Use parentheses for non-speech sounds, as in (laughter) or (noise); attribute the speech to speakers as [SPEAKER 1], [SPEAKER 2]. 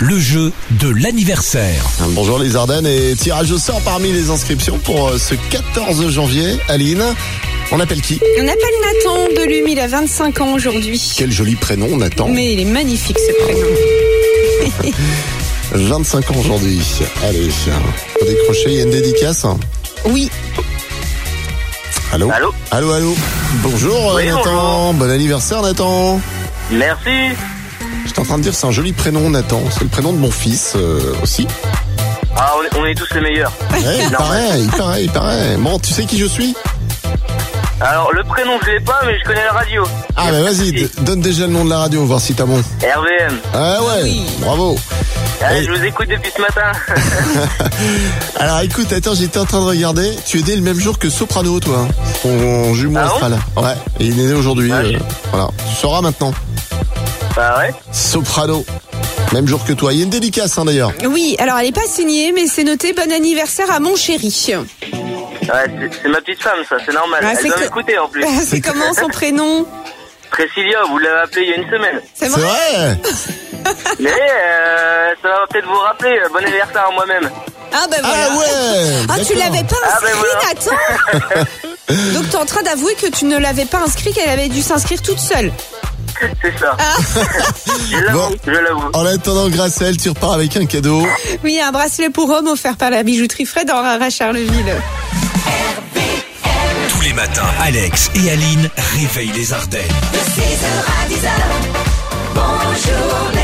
[SPEAKER 1] le jeu de l'anniversaire.
[SPEAKER 2] Bonjour les Ardennes et tirage au sort parmi les inscriptions pour euh, ce 14 janvier. Aline, on appelle qui
[SPEAKER 3] On appelle Nathan Delume, il a 25 ans aujourd'hui.
[SPEAKER 2] Quel joli prénom Nathan.
[SPEAKER 3] Mais il est magnifique ce prénom.
[SPEAKER 2] 25 ans aujourd'hui. Allez, faut décrocher, il y a une dédicace.
[SPEAKER 3] Oui,
[SPEAKER 2] Allô
[SPEAKER 4] Allô
[SPEAKER 2] Allô, allô. Bonjour euh,
[SPEAKER 4] Oui,
[SPEAKER 2] Nathan,
[SPEAKER 4] bonjour.
[SPEAKER 2] bon anniversaire Nathan.
[SPEAKER 4] Merci.
[SPEAKER 2] J'étais en train de dire c'est un joli prénom Nathan, c'est le prénom de mon fils euh, aussi.
[SPEAKER 4] Ah, on est, on est tous les meilleurs.
[SPEAKER 2] Ouais,
[SPEAKER 4] Non.
[SPEAKER 2] pareil, pareil, pareil. Bon, tu sais qui je suis
[SPEAKER 4] Alors, le prénom, je l'ai pas, mais je connais la radio.
[SPEAKER 2] Ah bah vas-y, d- donne déjà le nom de la radio, voir si t'as bon.
[SPEAKER 4] RVM.
[SPEAKER 2] Ah ouais, bravo.
[SPEAKER 4] Allez,
[SPEAKER 2] Oui.
[SPEAKER 4] Ah, je vous écoute depuis ce matin. (laughs)
[SPEAKER 2] Alors écoute, attends, j'étais en train de regarder. Tu es né le même jour que Soprano, toi. hein. Son jumeau
[SPEAKER 4] Ah bon
[SPEAKER 2] astral. ouais, et il est né aujourd'hui.
[SPEAKER 4] Ah,
[SPEAKER 2] euh,
[SPEAKER 4] j'ai-
[SPEAKER 2] voilà, tu sauras maintenant.
[SPEAKER 4] bah ouais.
[SPEAKER 2] Soprano, même jour que toi. Il y a une dédicace hein, d'ailleurs.
[SPEAKER 3] oui, alors elle n'est pas signée, mais c'est noté bon anniversaire à mon chéri.
[SPEAKER 4] Ouais, c'est- c'est ma petite femme, ça, c'est normal.
[SPEAKER 3] Ah, c'est
[SPEAKER 4] Elle doit
[SPEAKER 3] que-
[SPEAKER 4] m'écouter
[SPEAKER 3] (laughs)
[SPEAKER 4] en plus.
[SPEAKER 3] (laughs) C'est comment son prénom
[SPEAKER 4] Priscilla, vous l'avez appelée il y a une semaine.
[SPEAKER 3] C'est
[SPEAKER 2] C'est
[SPEAKER 3] vrai
[SPEAKER 2] vrai
[SPEAKER 4] Mais euh, ça va peut-être vous rappeler. euh, Bon anniversaire à moi-même. (laughs)
[SPEAKER 3] Ah ben voilà.
[SPEAKER 2] Ah ouais
[SPEAKER 3] Ah, tu
[SPEAKER 2] d'accord.
[SPEAKER 3] l'avais pas
[SPEAKER 4] Ah, ben
[SPEAKER 3] inscrit,
[SPEAKER 4] voilà.
[SPEAKER 3] Nathan Donc t'es en train d'avouer que tu ne l'avais pas inscrit, qu'elle avait dû s'inscrire toute seule.
[SPEAKER 4] C'est ça. (laughs) je l'avoue,
[SPEAKER 2] Bon.
[SPEAKER 4] je l'avoue.
[SPEAKER 2] En attendant, grâce à elle, tu repars avec un cadeau.
[SPEAKER 3] Oui, un bracelet pour homme offert par la bijouterie Fred en Rara Charleville.
[SPEAKER 1] Tous les matins, Alex et Aline réveillent les Ardennes.
[SPEAKER 5] De 6h à 10h, bonjour les